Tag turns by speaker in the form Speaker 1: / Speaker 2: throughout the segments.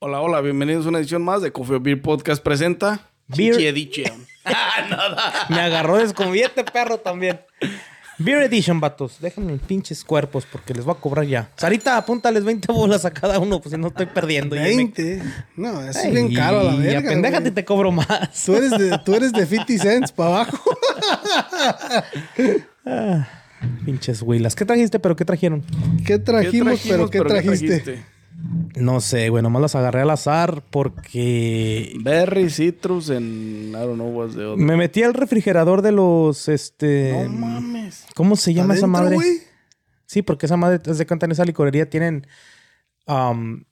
Speaker 1: Hola, hola, bienvenidos a una edición más de Coffee or Beer Podcast presenta
Speaker 2: Beer-
Speaker 1: Chichi Edition. Nada.
Speaker 2: Me agarró descubierto, perro, también. Beer Edition, vatos. Déjenme en pinches cuerpos porque les voy a cobrar ya. Sarita, apúntales 20 bolas a cada uno, pues si no estoy perdiendo. Y me-
Speaker 3: 20. No, eso
Speaker 2: Ay,
Speaker 3: es bien caro a la verga.
Speaker 2: apendéjate y
Speaker 3: güey.
Speaker 2: te cobro más.
Speaker 3: Tú eres de, tú eres de 50 cents para abajo.
Speaker 2: Pinches huilas. ¿Qué trajiste, pero qué trajeron?
Speaker 3: ¿Qué trajimos, pero qué trajiste?
Speaker 2: No sé, güey, nomás las agarré al azar porque
Speaker 1: Berry, citrus, en I don't know what's the other.
Speaker 2: me metí al refrigerador de los, este...
Speaker 1: No mames.
Speaker 2: ¿Cómo se llama esa
Speaker 3: Adentro,
Speaker 2: madre?
Speaker 3: güey.
Speaker 2: Sí, porque esa madre, te das de cuenta, en esa licorería tienen am,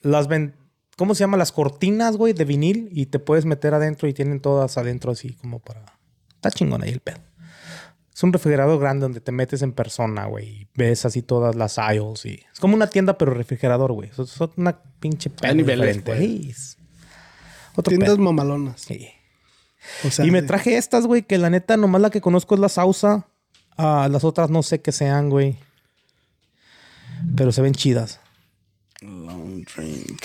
Speaker 2: las ven... ¿Cómo se llama? Las cortinas, güey, de vinil y te puedes meter adentro y tienen todas adentro así como para... Está chingón ahí el pedo. Es un refrigerador grande donde te metes en persona, güey. Y ves así todas las aisles y... Es como una tienda, pero refrigerador, güey. Es es una pinche pedo
Speaker 1: niveles,
Speaker 2: diferente.
Speaker 1: güey.
Speaker 2: Sí, es Otro
Speaker 3: Tiendas
Speaker 2: pedo.
Speaker 3: mamalonas.
Speaker 2: Sí.
Speaker 3: O sea,
Speaker 2: Y me
Speaker 3: de-
Speaker 2: traje estas, güey, que la neta nomás la que conozco es la sausa. Ah, las otras no sé qué sean, güey. Pero se ven chidas.
Speaker 1: Long drink.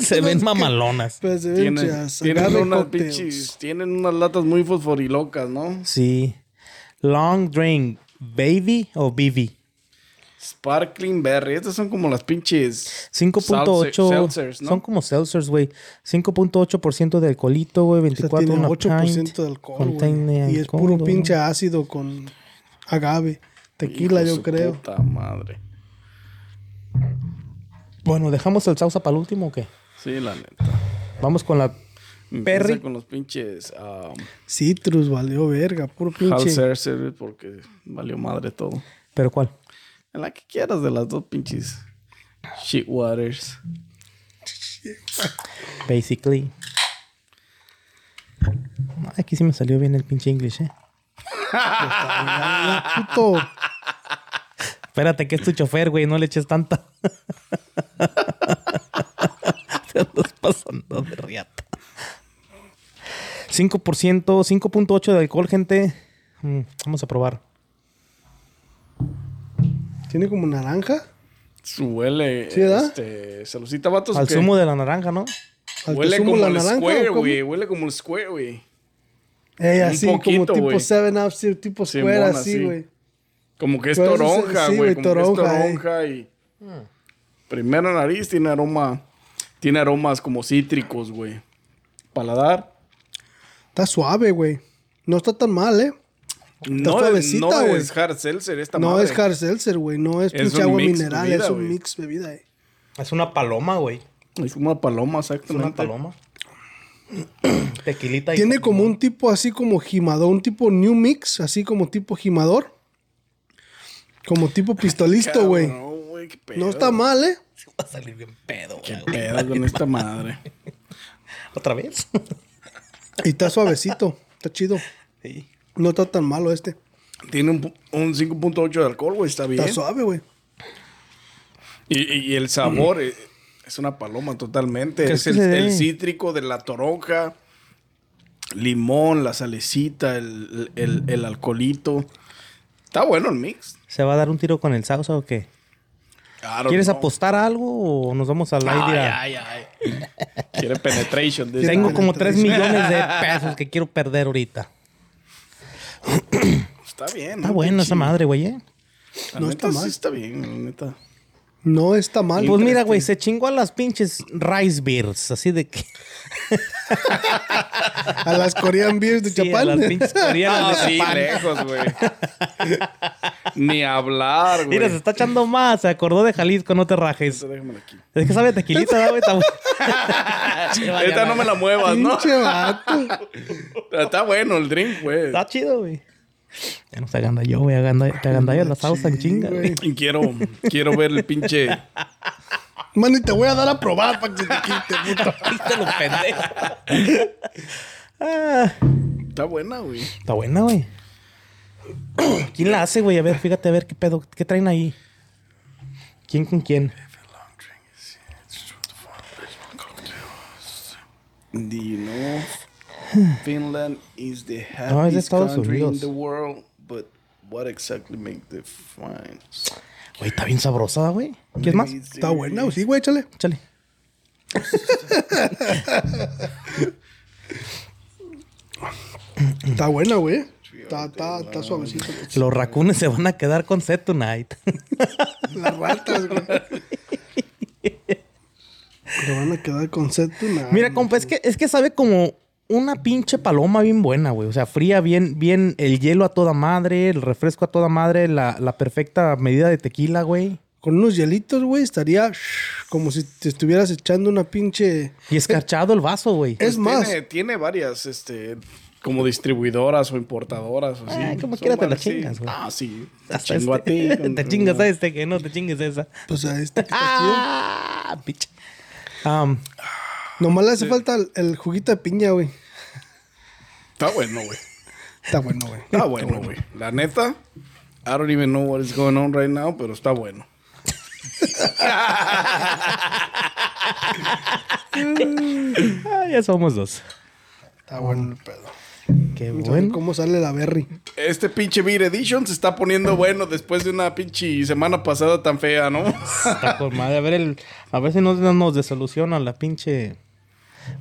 Speaker 2: Se ven mamalonas.
Speaker 3: Pues, de
Speaker 1: Tienen,
Speaker 3: pinches,
Speaker 1: tienen
Speaker 3: agarre
Speaker 1: unas
Speaker 3: cócteles.
Speaker 1: pinches- tienen unas latas muy fosforilocas, ¿no?
Speaker 2: Sí. Long Drink Baby o BB.
Speaker 1: Sparkling Berry. Estas son como las pinches. Seltzer-
Speaker 2: 5.8.
Speaker 1: seltzers, ¿no?
Speaker 2: Son como seltzers, güey. 5.8% de alcoholito, güey.
Speaker 3: O sea,
Speaker 2: 24
Speaker 3: tiene
Speaker 2: una
Speaker 3: 8%
Speaker 2: pint.
Speaker 3: de alcohol,
Speaker 2: Contiene
Speaker 3: güey. Y es
Speaker 2: alcohol,
Speaker 3: puro
Speaker 2: güey.
Speaker 3: pinche ácido con agave.
Speaker 1: Hijo
Speaker 3: Tequila,
Speaker 1: de
Speaker 3: yo
Speaker 1: su
Speaker 3: creo.
Speaker 1: Puta madre.
Speaker 2: Bueno, ¿dejamos el sausa para el último o qué?
Speaker 1: Sí, la neta.
Speaker 2: Vamos con la...
Speaker 1: Empieza
Speaker 2: Berry.
Speaker 1: con los pinches. ah,
Speaker 3: Citrus, valió verga. Puro pinche.
Speaker 1: Hal Seltzer, porque valió madre todo.
Speaker 2: ¿Pero cuál?
Speaker 1: En la que quieras de las dos pinches shit waters.
Speaker 2: Basically. Ah, Aquí sí me salió bien el pinche English, eh.
Speaker 3: Puto.
Speaker 2: Espérate, que es tu chofer, güey, no le eches tanta. Te andas pasando de riata. 5%, 5.8 de alcohol, gente. Mm, Vamos a probar.
Speaker 3: Tiene como naranja.
Speaker 1: Su huele.
Speaker 3: ¿Sí, verdad?
Speaker 1: este, salucita, vatos.
Speaker 2: Al
Speaker 1: que
Speaker 2: zumo de la naranja, ¿no?
Speaker 3: Al
Speaker 1: Huele
Speaker 3: zumo
Speaker 1: como
Speaker 3: la
Speaker 1: el
Speaker 3: naranja,
Speaker 1: square,
Speaker 3: ¿o cómo?
Speaker 1: güey. Huele como el square, güey.
Speaker 3: Ey,
Speaker 1: Un
Speaker 3: así
Speaker 1: poquito,
Speaker 3: como
Speaker 1: güey.
Speaker 3: tipo 7 Up, sí, tipo
Speaker 1: Sí,
Speaker 3: Square,
Speaker 1: mona, sí.
Speaker 3: así, güey.
Speaker 1: Como que es
Speaker 3: Pero eso es-
Speaker 1: toronja,
Speaker 3: Pues, sí,
Speaker 1: güey.
Speaker 3: güey,
Speaker 1: como
Speaker 3: toronja,
Speaker 1: que
Speaker 3: eh.
Speaker 1: es toronja y. Primera nariz tiene aroma. Tiene aromas como cítricos, güey. Paladar.
Speaker 3: Está suave, güey. No está tan mal, ¿eh?
Speaker 1: No, es-
Speaker 3: suavecita,
Speaker 1: no
Speaker 3: güey.
Speaker 1: es hard seltzer esta
Speaker 3: no
Speaker 1: madre.
Speaker 3: es hard seltzer, güey. No es
Speaker 1: Es
Speaker 3: pinche
Speaker 1: un
Speaker 3: agua
Speaker 1: mix
Speaker 3: mineral.
Speaker 1: bebida,
Speaker 3: es un
Speaker 1: güey.
Speaker 3: mix bebida, eh.
Speaker 2: Es una paloma, güey.
Speaker 1: Es como una paloma,
Speaker 2: Es
Speaker 1: exactamente.
Speaker 2: una paloma. Tequilita y.
Speaker 3: Tiene como un tipo así como gimador. Un tipo new mix, así como tipo gimador. Como tipo pistolisto, güey.
Speaker 1: Cabrón, güey, qué pedo.
Speaker 3: No está mal, ¿eh?
Speaker 2: Va a salir bien pedo, güey.
Speaker 1: Qué pedo con esta madre.
Speaker 2: ¿Otra vez?
Speaker 3: Y está suavecito. está chido.
Speaker 2: sí.
Speaker 3: No está tan malo este.
Speaker 1: Tiene un, pu- un 5.8 de alcohol, güey. Está bien.
Speaker 3: Está suave, güey.
Speaker 1: Y, y- y el sabor eh, es una paloma totalmente.
Speaker 2: ¿Crees
Speaker 1: Es el,
Speaker 2: que se dé?
Speaker 1: el cítrico de la toronja, limón, la salecita, el, el- el alcoholito. Está bueno el mix.
Speaker 2: ¿Se va a dar un tiro con el sausa o qué?
Speaker 1: Claro,
Speaker 2: ¿Quieres
Speaker 1: no.
Speaker 2: apostar a algo o nos vamos al
Speaker 1: Ay,
Speaker 2: aire? a-
Speaker 1: ay, ay. Quiere penetration. dice.
Speaker 2: Tengo
Speaker 3: Ah,
Speaker 2: como
Speaker 3: no,
Speaker 2: 3 millones de pesos que quiero perder ahorita.
Speaker 1: Está bien.
Speaker 2: Está buena esa madre, güey. ¿eh?
Speaker 1: no
Speaker 3: No
Speaker 1: está
Speaker 3: está mal.
Speaker 1: está bien, la neta.
Speaker 3: No está mal.
Speaker 2: Pues mira, güey, se chingó a las pinches Rice Beers. Así de que.
Speaker 3: A las Korean Beers de
Speaker 2: Sí, a
Speaker 3: Chapán.
Speaker 2: las pinches
Speaker 1: Ah, No,
Speaker 2: coreanas de
Speaker 1: sí,
Speaker 2: Japán.
Speaker 1: lejos, güey. Ni hablar, güey.
Speaker 2: Mira, se está echando más. Se acordó de Jalisco, no te rajes.
Speaker 1: Déjamelo aquí.
Speaker 2: Es que sabe a tequilita, ¿verdad, güey. Está bu-
Speaker 1: Esta no me la muevas, ¿no?
Speaker 3: Pinche vato.
Speaker 1: Está bueno el drink, güey.
Speaker 2: Está chido, güey. Ya no se aganda yo, güey. aganda- Te aganda yo la salsa en chinga, güey.
Speaker 1: Y Quiero, quiero ver el pinche.
Speaker 3: Mano, y te voy a dar a probar para que se te quite, puto.
Speaker 2: Te lo pendejo. Ah,
Speaker 1: Está buena, güey.
Speaker 2: Está buena, güey. ¿Quién la hace, güey? A ver, fíjate, a ver qué pedo, qué traen ahí. ¿Quién con quién?
Speaker 1: Do you know Finland is the
Speaker 2: No, es de
Speaker 1: happiest
Speaker 2: Estados
Speaker 1: country in
Speaker 2: Unidos.
Speaker 1: the world? But what exactly make the fines?
Speaker 2: Güey, está bien sabrosa, güey. ¿Quieres más?
Speaker 3: Está buena, sí, güey, échale.
Speaker 2: Chale.
Speaker 3: Está buena, güey. Está, está, está suavecito.
Speaker 2: Los racunes se van a quedar con set tonight.
Speaker 3: Las ratas, güey. Pero van a quedar con set tonight.
Speaker 2: Mira, compa, es que, es que sabe como una pinche paloma bien buena, güey. O sea, fría, bien, bien, el hielo a toda madre, el refresco a toda madre, la, la perfecta medida de tequila, güey.
Speaker 3: Con unos hielitos, güey, estaría shh, como si te estuvieras echando una pinche.
Speaker 2: Y escarchado el vaso, güey.
Speaker 1: Eh,
Speaker 3: Es más,
Speaker 1: Pues Tiene, tiene varias, este, como distribuidoras o importadoras o así.
Speaker 2: Ah, como
Speaker 1: Son
Speaker 2: quiera te la
Speaker 1: varias, sí.
Speaker 2: chingas, güey.
Speaker 1: Ah, sí. Te
Speaker 2: Hasta
Speaker 1: chingo a ti.
Speaker 2: este.
Speaker 1: con-
Speaker 2: te chingas a este que no te chingues a esa.
Speaker 3: pues a este. que está aquí,
Speaker 2: Ah, pinche. Am,
Speaker 3: Nomás le hace falta el, el juguito de piña, güey.
Speaker 1: Está bueno, güey.
Speaker 3: Está bueno, güey.
Speaker 1: Está bueno, güey. La neta, I don't even know what is going on right now, pero está bueno.
Speaker 2: ah, ya somos dos.
Speaker 3: Está bueno el pedo.
Speaker 2: Qué
Speaker 3: Vamos a ver
Speaker 2: bueno.
Speaker 3: ¿Cómo sale la berry?
Speaker 1: Este pinche Beer Edition se está poniendo bueno después de una pinche semana pasada tan fea, ¿no?
Speaker 2: Está con madre. A ver, el, a ver si no no nos desolucionan la pinche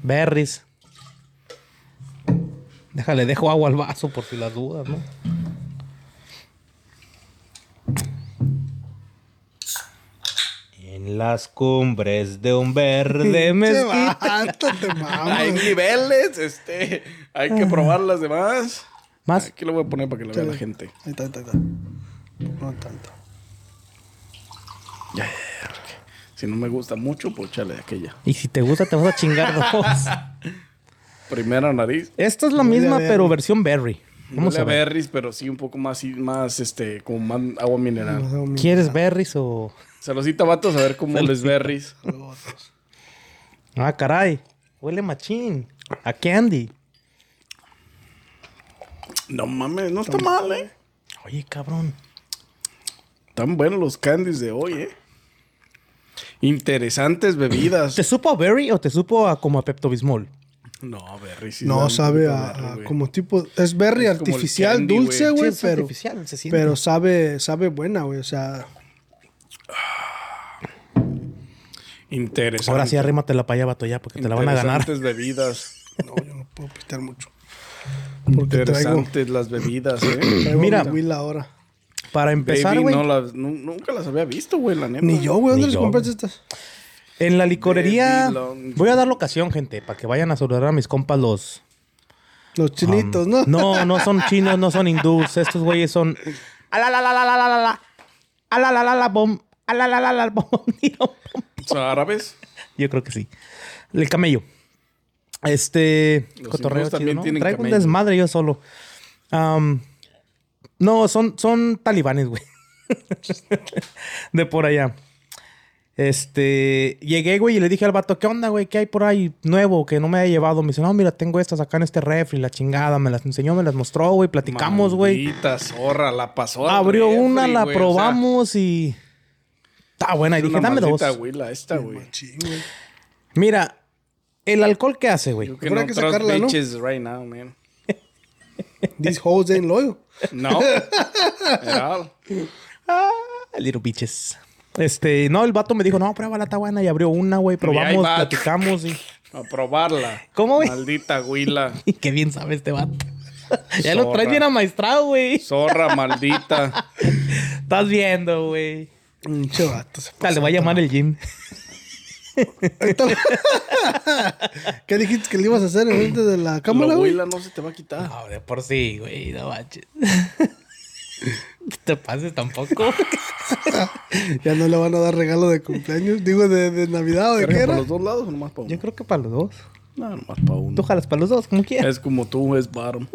Speaker 2: berries. Déjale, dejo agua al vaso por si las dudas, ¿no? En las cumbres de un verde
Speaker 3: Te
Speaker 2: mezquite.
Speaker 3: vato, te
Speaker 1: Hay
Speaker 3: mamas.
Speaker 1: niveles, este, hay que probar las demás.
Speaker 3: Ah,
Speaker 2: Más.
Speaker 1: Aquí lo voy a poner para que lo vea la gente.
Speaker 3: Ahí está, ahí está, ahí está. No tanto.
Speaker 1: Ya, ya, ya, ok. Si no me gusta mucho, pues chale de aquella.
Speaker 2: Y si te gusta, te vas a chingar dos.
Speaker 1: Primera nariz.
Speaker 2: Esta es la
Speaker 3: Huele a
Speaker 2: misma,
Speaker 3: berry.
Speaker 2: pero versión berry. Vamos
Speaker 1: Huele
Speaker 2: a
Speaker 1: a
Speaker 2: ver.
Speaker 1: berries, pero sí un poco más, más este, como más agua mineral.
Speaker 3: No, mi-
Speaker 2: ¿Quieres berries o.?
Speaker 1: Saludita, vatos, a ver cómo les berries.
Speaker 2: Ah, caray. Huele machín. A candy.
Speaker 1: No mames, no está mal, ¿eh?
Speaker 2: Oye, cabrón.
Speaker 1: Están buenos los candies de hoy, ¿eh? Interesantes bebidas.
Speaker 2: ¿Te supo a Berry o te supo a como a Pepto Bismol?
Speaker 1: No, berries. sí dan
Speaker 3: No
Speaker 1: un
Speaker 3: sabe
Speaker 1: poquito
Speaker 3: a,
Speaker 1: berry,
Speaker 3: a
Speaker 1: güey.
Speaker 3: como tipo. Es berry
Speaker 1: Es como el
Speaker 3: artificial,
Speaker 1: candy,
Speaker 3: dulce,
Speaker 1: güey.
Speaker 3: güey,
Speaker 2: es
Speaker 3: pero.
Speaker 2: artificial, se siente.
Speaker 3: Pero sabe, sabe buena, güey. O sea,
Speaker 1: Interesante.
Speaker 2: Ahora sí, arrímatela para allá, vato, ya, porque te la van a ganar.
Speaker 1: Interesantes bebidas.
Speaker 3: no, yo no puedo pistear mucho. Porque traigo,
Speaker 1: Interesantes las bebidas, ¿eh?
Speaker 3: traigo
Speaker 2: Mira.
Speaker 3: mi Will ahora.
Speaker 2: Para empezar,
Speaker 1: Baby,
Speaker 2: güey,
Speaker 1: no las, nu- nunca las había visto, güey, la neta.
Speaker 3: Ni yo, güey.
Speaker 2: Ni
Speaker 3: ¿Dónde les
Speaker 2: yo,
Speaker 3: compraste estas?
Speaker 2: en la licorería...
Speaker 1: Baby Long.
Speaker 2: Voy a dar la ocasión, gente, para que vayan a saludar a mis compas los...
Speaker 3: Los chinitos,
Speaker 1: Ah,
Speaker 3: ¿no?
Speaker 2: No, no son chinos, no son hindús. Estos güeyes son... ala la la la la la la la ala la la la bom ala la la la bom
Speaker 1: ¿Son árabes?
Speaker 2: Yo creo que sí. El camello. Este.
Speaker 1: Los
Speaker 2: cotorreo
Speaker 1: hindús
Speaker 2: chido,
Speaker 1: también
Speaker 2: ¿no?
Speaker 1: tienen
Speaker 2: Traigo un
Speaker 1: camello.
Speaker 2: desmadre yo solo. Am, no, son, son talibanes, güey. De por allá. Este. Llegué, güey, y le dije al vato, ¿qué onda, güey? ¿Qué hay por ahí nuevo que no me haya llevado? Me dice, no, mira, tengo estas acá en este refri, la chingada. Me las enseñó, me las mostró, güey. Platicamos, güey.
Speaker 1: Maldita zorra, la pasó. al
Speaker 2: Abrió
Speaker 1: refri,
Speaker 2: una, la
Speaker 1: güey, o sea,
Speaker 2: probamos y. Está buena. Y
Speaker 1: es
Speaker 2: dije,
Speaker 1: una
Speaker 2: dame dos.
Speaker 1: maldita güila esta, güey.
Speaker 3: Machín, güey.
Speaker 2: Mira, el alcohol que hace, güey.
Speaker 1: You can
Speaker 3: Habrá
Speaker 1: not
Speaker 3: que
Speaker 1: trust
Speaker 3: sacarla, ¿no?
Speaker 1: bitches right now, man.
Speaker 3: These hoes ain't loyal.
Speaker 1: No. At all.
Speaker 2: Ah, Little bitches. Este, no, el vato me dijo, no, prueba la tabuana y abrió una, güey. Probamos,
Speaker 1: va.
Speaker 2: platicamos y.
Speaker 1: A probarla.
Speaker 2: ¿Cómo, güey?
Speaker 1: Maldita güila.
Speaker 2: y qué bien sabe este vato. ya lo traes
Speaker 1: Zorra.
Speaker 2: bien amaestrado, güey.
Speaker 1: Zorra maldita.
Speaker 2: Estás viendo, güey.
Speaker 3: Pinche vato. se
Speaker 2: Tal, le voy a llamar el gym.
Speaker 3: ¿Qué dijiste que le ibas a hacer enfrente de la cámara,
Speaker 1: La
Speaker 3: güey?
Speaker 1: güila no se te va a quitar.
Speaker 2: No, de por sí, güey, no manches. que te pases tampoco.
Speaker 3: Ya no le van a dar regalo de cumpleaños. Digo, de, de Navidad o de qué
Speaker 1: ¿Para
Speaker 3: era.
Speaker 1: los dos lados o nomás para uno?
Speaker 2: Yo creo que para los dos.
Speaker 1: No, nomás para
Speaker 2: Tú
Speaker 1: uno.
Speaker 2: jalas para los dos, como quieras.
Speaker 1: Es como tú, es bottom.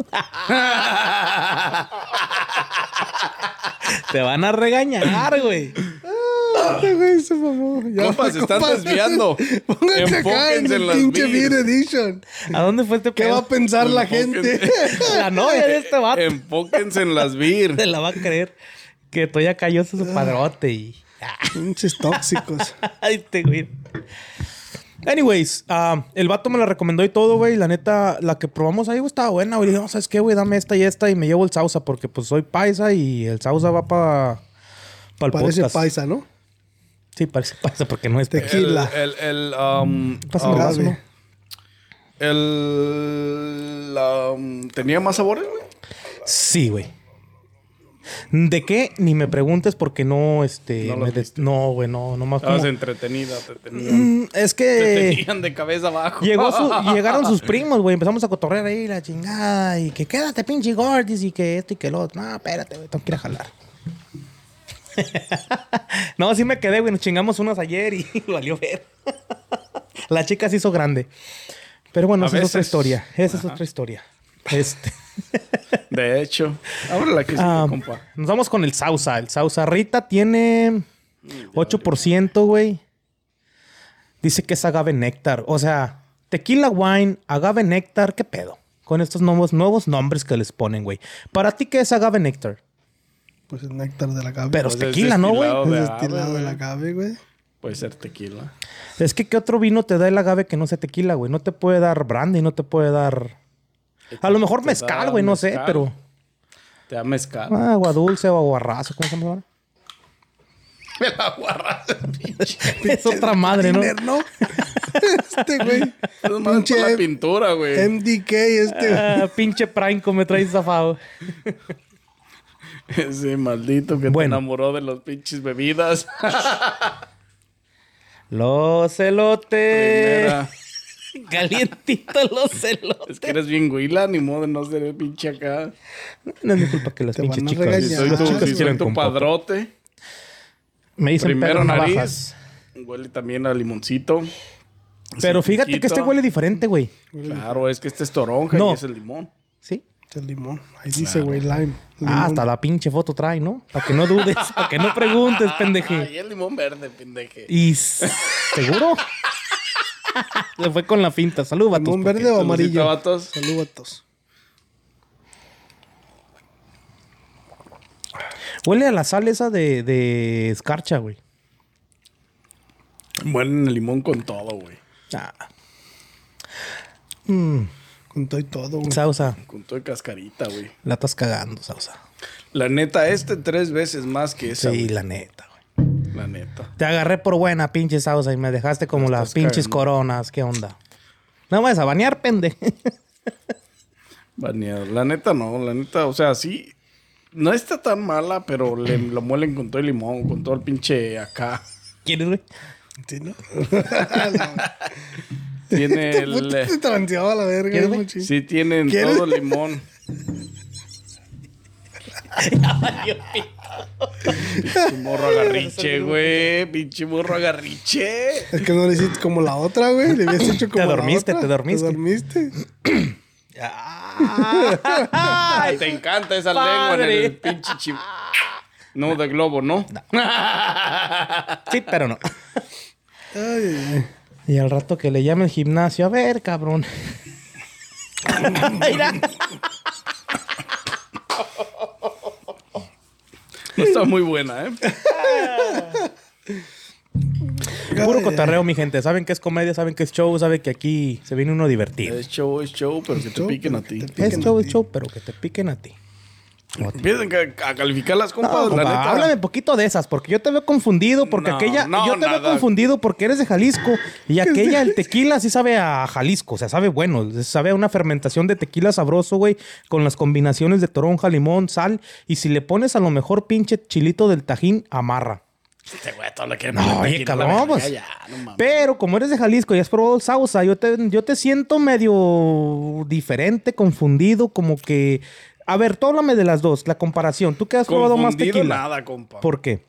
Speaker 2: Te van a regañar, güey.
Speaker 3: Este güey se mamó. Ya,
Speaker 1: Compas, se están
Speaker 3: compas.
Speaker 1: desviando.
Speaker 3: Pónganse acá en
Speaker 1: Enfóquense
Speaker 3: el
Speaker 1: las
Speaker 3: pinche
Speaker 1: vidas.
Speaker 3: Beer Edition.
Speaker 2: ¿A dónde fue este
Speaker 3: ¿Qué va a
Speaker 2: pedo?
Speaker 3: pensar la
Speaker 1: Enfóquense.
Speaker 3: gente?
Speaker 2: La novia de este vato.
Speaker 1: Enfóquense en las beer.
Speaker 2: se la va a creer que todavía cayó ese su padrote y
Speaker 3: Pinches tóxicos.
Speaker 2: Ay, este güey. Anyways, ah, el vato me la recomendó y todo, güey. La neta, la que probamos ahí güey, estaba buena, güey. Le dije, no, ¿sabes qué, güey? Dame esta y esta y me llevo el sausa porque pues soy paisa y el sausa va para el
Speaker 3: Parece
Speaker 2: podcast.
Speaker 3: paisa, ¿no?
Speaker 2: Sí, parece pasa porque no es
Speaker 3: Te-
Speaker 2: tequila.
Speaker 1: El,
Speaker 3: Tequila.
Speaker 1: el, el, um,
Speaker 2: Pásame el
Speaker 1: um,
Speaker 2: vaso, ¿no?
Speaker 1: el, um, ¿Tenía más sabores, güey?
Speaker 2: Sí, güey. ¿De qué? Ni me preguntes porque no, este...
Speaker 1: No
Speaker 2: me
Speaker 1: los
Speaker 2: des- No, güey, no, nomás como...
Speaker 1: Estabas Ah, entretenida, te tenían.
Speaker 2: Mm, es
Speaker 1: Te
Speaker 2: que...
Speaker 1: tenían de cabeza abajo.
Speaker 2: Llegó su- llegaron sus primos, güey. Empezamos a cotorrear ahí la chingada. Y que quédate, pinche Gordis. Y que esto y que lo otro. No, espérate, güey. Tengo que ir a jalar. no, sí me quedé, güey. Nos chingamos unas ayer y valió ver. la chica se hizo grande. Pero bueno,
Speaker 1: A
Speaker 2: esa es otra
Speaker 1: veces.
Speaker 2: historia. Esa es otra historia. Este,
Speaker 1: De hecho. Ahora la que
Speaker 2: ah,
Speaker 1: compa.
Speaker 2: nos vamos con el Sausa. El Sausa Rita tiene 8%, güey. Dice que es agave néctar. O sea, tequila wine, agave néctar, ¿qué pedo? Con estos nuevos, nuevos nombres que les ponen, güey. Para ti, ¿qué es agave néctar?
Speaker 3: Pues el néctar de la agave.
Speaker 2: Pero
Speaker 1: Pues
Speaker 2: es
Speaker 1: es
Speaker 2: tequila, ¿no, güey?
Speaker 1: destilado.
Speaker 3: es
Speaker 1: de
Speaker 3: destilado
Speaker 1: agave,
Speaker 3: de la
Speaker 1: güey.
Speaker 3: agave, güey.
Speaker 1: Puede ser tequila.
Speaker 2: Es que, ¿qué otro vino te da el agave que no sea tequila, güey? No te puede dar brandy, no te puede dar. A lo mejor
Speaker 1: Te
Speaker 2: mezcal,
Speaker 1: da
Speaker 2: güey, no sé,
Speaker 1: mezcal.
Speaker 2: pero.
Speaker 1: Te da mezcal.
Speaker 2: ah, agua dulce o aguarrazo, ¿cómo se llama? ahora?
Speaker 1: El aguarrazo, pinche.
Speaker 2: Es otra madre, ¿no?
Speaker 3: Tiner, ¿no? este, güey.
Speaker 1: Es más por la
Speaker 3: Pinche
Speaker 1: pintura, güey.
Speaker 3: MDK, este. güey.
Speaker 2: Ah, pinche pranco me traes zafado.
Speaker 1: Ese maldito que
Speaker 2: Bueno.
Speaker 1: te enamoró de las pinches bebidas.
Speaker 2: Los elotes.
Speaker 1: Primera.
Speaker 2: Calientitos los elotes.
Speaker 1: Es que eres bien güila, ni modo de no ser el pinche acá.
Speaker 2: No es mi culpa que las
Speaker 3: Te
Speaker 2: pinches
Speaker 3: van a
Speaker 2: chicas
Speaker 3: regañar.
Speaker 1: Si soy tu,
Speaker 3: Ah,
Speaker 1: si
Speaker 3: chicas,
Speaker 1: soy
Speaker 2: hicieron
Speaker 1: tu
Speaker 2: con poco.
Speaker 1: padrote.
Speaker 2: Me dicen
Speaker 1: Primero
Speaker 2: pero
Speaker 1: nariz.
Speaker 2: navajas.
Speaker 1: Huele también a limoncito.
Speaker 2: Pero fíjate que
Speaker 1: Chiquito.
Speaker 2: este huele diferente, güey.
Speaker 1: Claro, es que este es toronja
Speaker 2: No.
Speaker 1: y es el limón.
Speaker 2: ¿Sí?
Speaker 3: Es el limón. Ahí dice, güey, lime.
Speaker 2: Ah,
Speaker 3: Limón.
Speaker 2: hasta la pinche foto trae, ¿no? Para que no dudes, para que no preguntes, pendeje.
Speaker 1: Ay, el limón verde, pendeje.
Speaker 2: Y s- seguro. Le fue con la finta. Salud, vatos.
Speaker 3: ¿Limón
Speaker 2: porque-
Speaker 3: verde o
Speaker 1: Saludcita,
Speaker 3: amarillo?
Speaker 1: vatos.
Speaker 3: Salud, vatos.
Speaker 2: Huele a la sal esa de, de escarcha, güey.
Speaker 1: Mueren el limón con todo, güey.
Speaker 2: Ah, Mm,
Speaker 3: Con todo y todo, güey.
Speaker 2: Sausa,
Speaker 1: Con todo y cascarita, güey.
Speaker 2: la estás cagando, Sausa.
Speaker 1: La neta, este tres veces más que esa,
Speaker 2: Sí,
Speaker 1: güey.
Speaker 2: la neta, güey.
Speaker 1: La neta.
Speaker 2: Te agarré por buena, pinche sausa, y me dejaste como las pinches
Speaker 1: cagando.
Speaker 2: coronas. ¿Qué onda? No me vas a banear, pende.
Speaker 1: Baneado. La neta no, la neta, o sea, sí. No está tan mala, pero le, lo muelen con todo el limón, con todo el pinche acá.
Speaker 2: ¿Quieres, güey?
Speaker 3: Sí, ¿no?
Speaker 1: Tiene el...
Speaker 3: Puta, se transeaba a la verga,
Speaker 2: ¿Quieres,
Speaker 3: güey,
Speaker 2: güey?
Speaker 3: machín.
Speaker 1: Sí tienen
Speaker 3: ¿Quieres?
Speaker 1: todo limón. Pinche morro agarriche, güey. Pinche morro agarriche.
Speaker 3: Es que no le hiciste como la otra, güey. Le habías hecho como la
Speaker 2: dormiste,
Speaker 3: otra.
Speaker 2: te dormiste.
Speaker 3: Te dormiste.
Speaker 2: Ah.
Speaker 1: Ay, te encanta esa lengua en
Speaker 2: padre.
Speaker 1: el pinche chi- No, de globo, ¿no?
Speaker 2: Sí, pero no.
Speaker 3: Ay, ay, ay.
Speaker 2: Y al rato que le llame el gimnasio, a ver, cabrón. Mira,
Speaker 1: No está muy buena, ¿eh?
Speaker 2: Puro cotarreo, mi gente. Saben que es comedia, saben que es show, saben que aquí se viene uno divertido.
Speaker 1: Es show, es show, pero que te
Speaker 3: show,
Speaker 1: piquen a
Speaker 3: pero
Speaker 1: ti.
Speaker 3: que te
Speaker 2: Es show, es show, pero que te piquen a ti.
Speaker 1: Empiecen ca- a calificar las
Speaker 2: No,
Speaker 1: compas, la
Speaker 2: compa,
Speaker 1: neta.
Speaker 2: háblame un poquito de esas, porque yo te veo confundido, porque
Speaker 1: No,
Speaker 2: aquella,
Speaker 1: no,
Speaker 2: yo te veo
Speaker 1: nada.
Speaker 2: confundido porque eres de Jalisco y aquella, el tequila sí sabe a Jalisco, o sea, sabe bueno, sabe a una fermentación de tequila sabroso, güey, con las combinaciones de toronja, limón, sal, y si le pones a lo mejor pinche chilito del tajín, amarra.
Speaker 1: Este güey, todo lo que
Speaker 2: No, oye,
Speaker 1: Aquí,
Speaker 2: cabrón,
Speaker 1: la verga,
Speaker 2: pues.
Speaker 1: ya, no mames.
Speaker 2: Pero como eres de Jalisco y has probado el sausa, yo te, yo te siento medio diferente, confundido, como que... A ver, tú háblame de las dos, la comparación. ¿Tú qué has probado más
Speaker 1: Confundido
Speaker 2: tequila?
Speaker 1: nada, compa.
Speaker 2: ¿Por qué?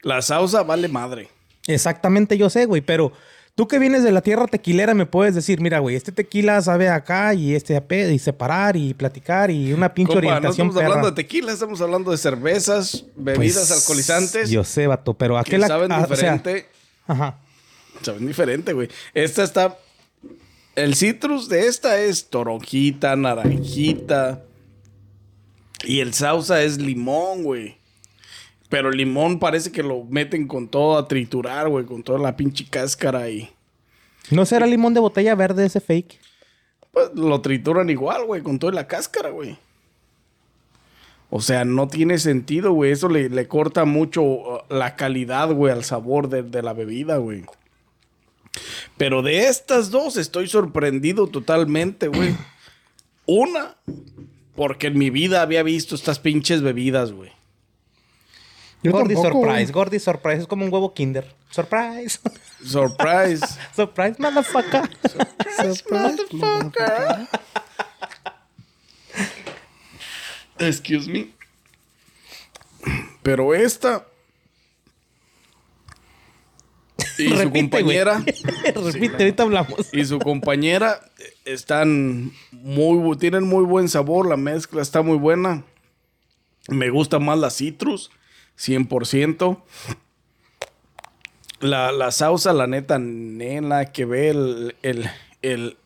Speaker 1: La salsa vale madre.
Speaker 2: Exactamente, yo sé, güey, pero tú que vienes de la tierra tequilera me puedes decir, mira, güey, este tequila sabe acá y este a pe- y separar y platicar y una pinche
Speaker 1: Compa,
Speaker 2: orientación
Speaker 1: no estamos hablando
Speaker 2: perra.
Speaker 1: de tequila, estamos hablando de cervezas, bebidas
Speaker 2: Pues,
Speaker 1: alcoholizantes
Speaker 2: Yo sé, vato, pero
Speaker 1: que
Speaker 2: aquel ac-
Speaker 1: saben
Speaker 2: ah, o sea,
Speaker 1: diferente.
Speaker 2: ajá.
Speaker 1: saben diferente, güey. Esta está... El citrus de esta es toronjita, naranjita. Y el sausa es limón, güey. Pero el limón parece que lo meten con todo a triturar, güey. Con toda la pinche cáscara y...
Speaker 2: ¿No será limón de botella verde ese fake?
Speaker 1: Pues lo trituran igual, güey. Con toda la cáscara, güey. O sea, no tiene sentido, güey. Eso le, le corta mucho uh, la calidad, güey, al sabor de, de la bebida, güey. Pero de estas dos estoy sorprendido totalmente, güey. Una, porque en mi vida había visto estas pinches bebidas, güey.
Speaker 3: Yo
Speaker 2: Gordy
Speaker 3: tampoco, güey.
Speaker 2: Surprise, Gordy Surprise. Es como un huevo Kinder. Surprise.
Speaker 1: Surprise.
Speaker 2: surprise, motherfucker.
Speaker 3: Surprise, motherfucker.
Speaker 1: Excuse me. Pero esta. Y su
Speaker 2: Repite, güey.
Speaker 1: compañera.
Speaker 2: Repite, ahorita hablamos.
Speaker 1: Y su compañera eh, están muy bu- tienen muy buen sabor, la mezcla está muy buena. Me gusta más la citrus, 100%. La, la salsa, la neta, nena, que ve el, el, el-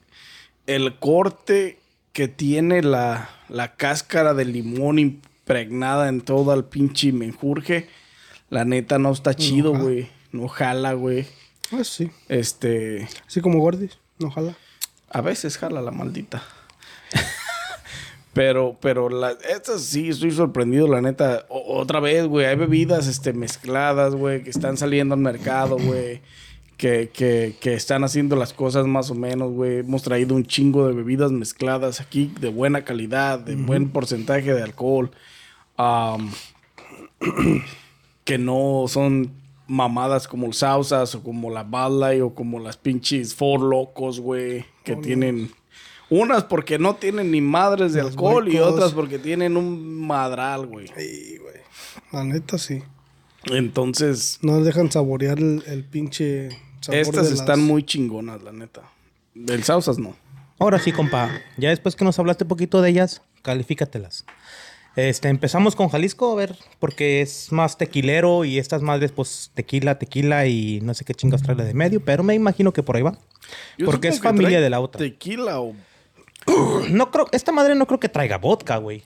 Speaker 1: el corte que tiene la, la cáscara de limón impregnada en todo el pinche menjurje. La neta no está chido,
Speaker 3: jala.
Speaker 1: güey. No jala, güey.
Speaker 3: Ah, sí.
Speaker 1: Este.
Speaker 3: Así como Gordy. Ojalá.
Speaker 1: A veces jala la maldita. pero, pero la, estas sí, estoy sorprendido, la neta. O- otra vez, güey, hay bebidas este, mezcladas, güey, que están saliendo al mercado, güey. Que, que, que están haciendo las cosas más o menos, güey. Hemos traído un chingo de bebidas mezcladas aquí de buena calidad, de buen porcentaje de alcohol. Am, que no son mamadas como el Sausas o como la Bud Light o como las pinches Four Locos, güey, que tienen unas porque no tienen ni madres de
Speaker 3: Los
Speaker 1: alcohol y
Speaker 3: boicos.
Speaker 1: otras porque tienen un madral, güey.
Speaker 3: Sí, güey. La neta, sí.
Speaker 1: Entonces,
Speaker 3: No dejan saborear el, el pinche sabor
Speaker 1: estas
Speaker 3: de las-
Speaker 1: están muy chingonas, la neta. Del Sausas no.
Speaker 2: Ahora sí, compa. Ya después que nos hablaste un poquito de ellas, califícatelas. Este, empezamos con Jalisco, a ver, porque es más tequilero y estas madres, pues tequila, tequila y no sé qué chingas trae la de medio, pero me imagino que por ahí va.
Speaker 1: Yo
Speaker 2: porque es
Speaker 1: supongo que
Speaker 2: familia
Speaker 1: trae
Speaker 2: de la otra.
Speaker 1: Tequila o...
Speaker 2: No creo, esta madre no creo que traiga vodka, güey.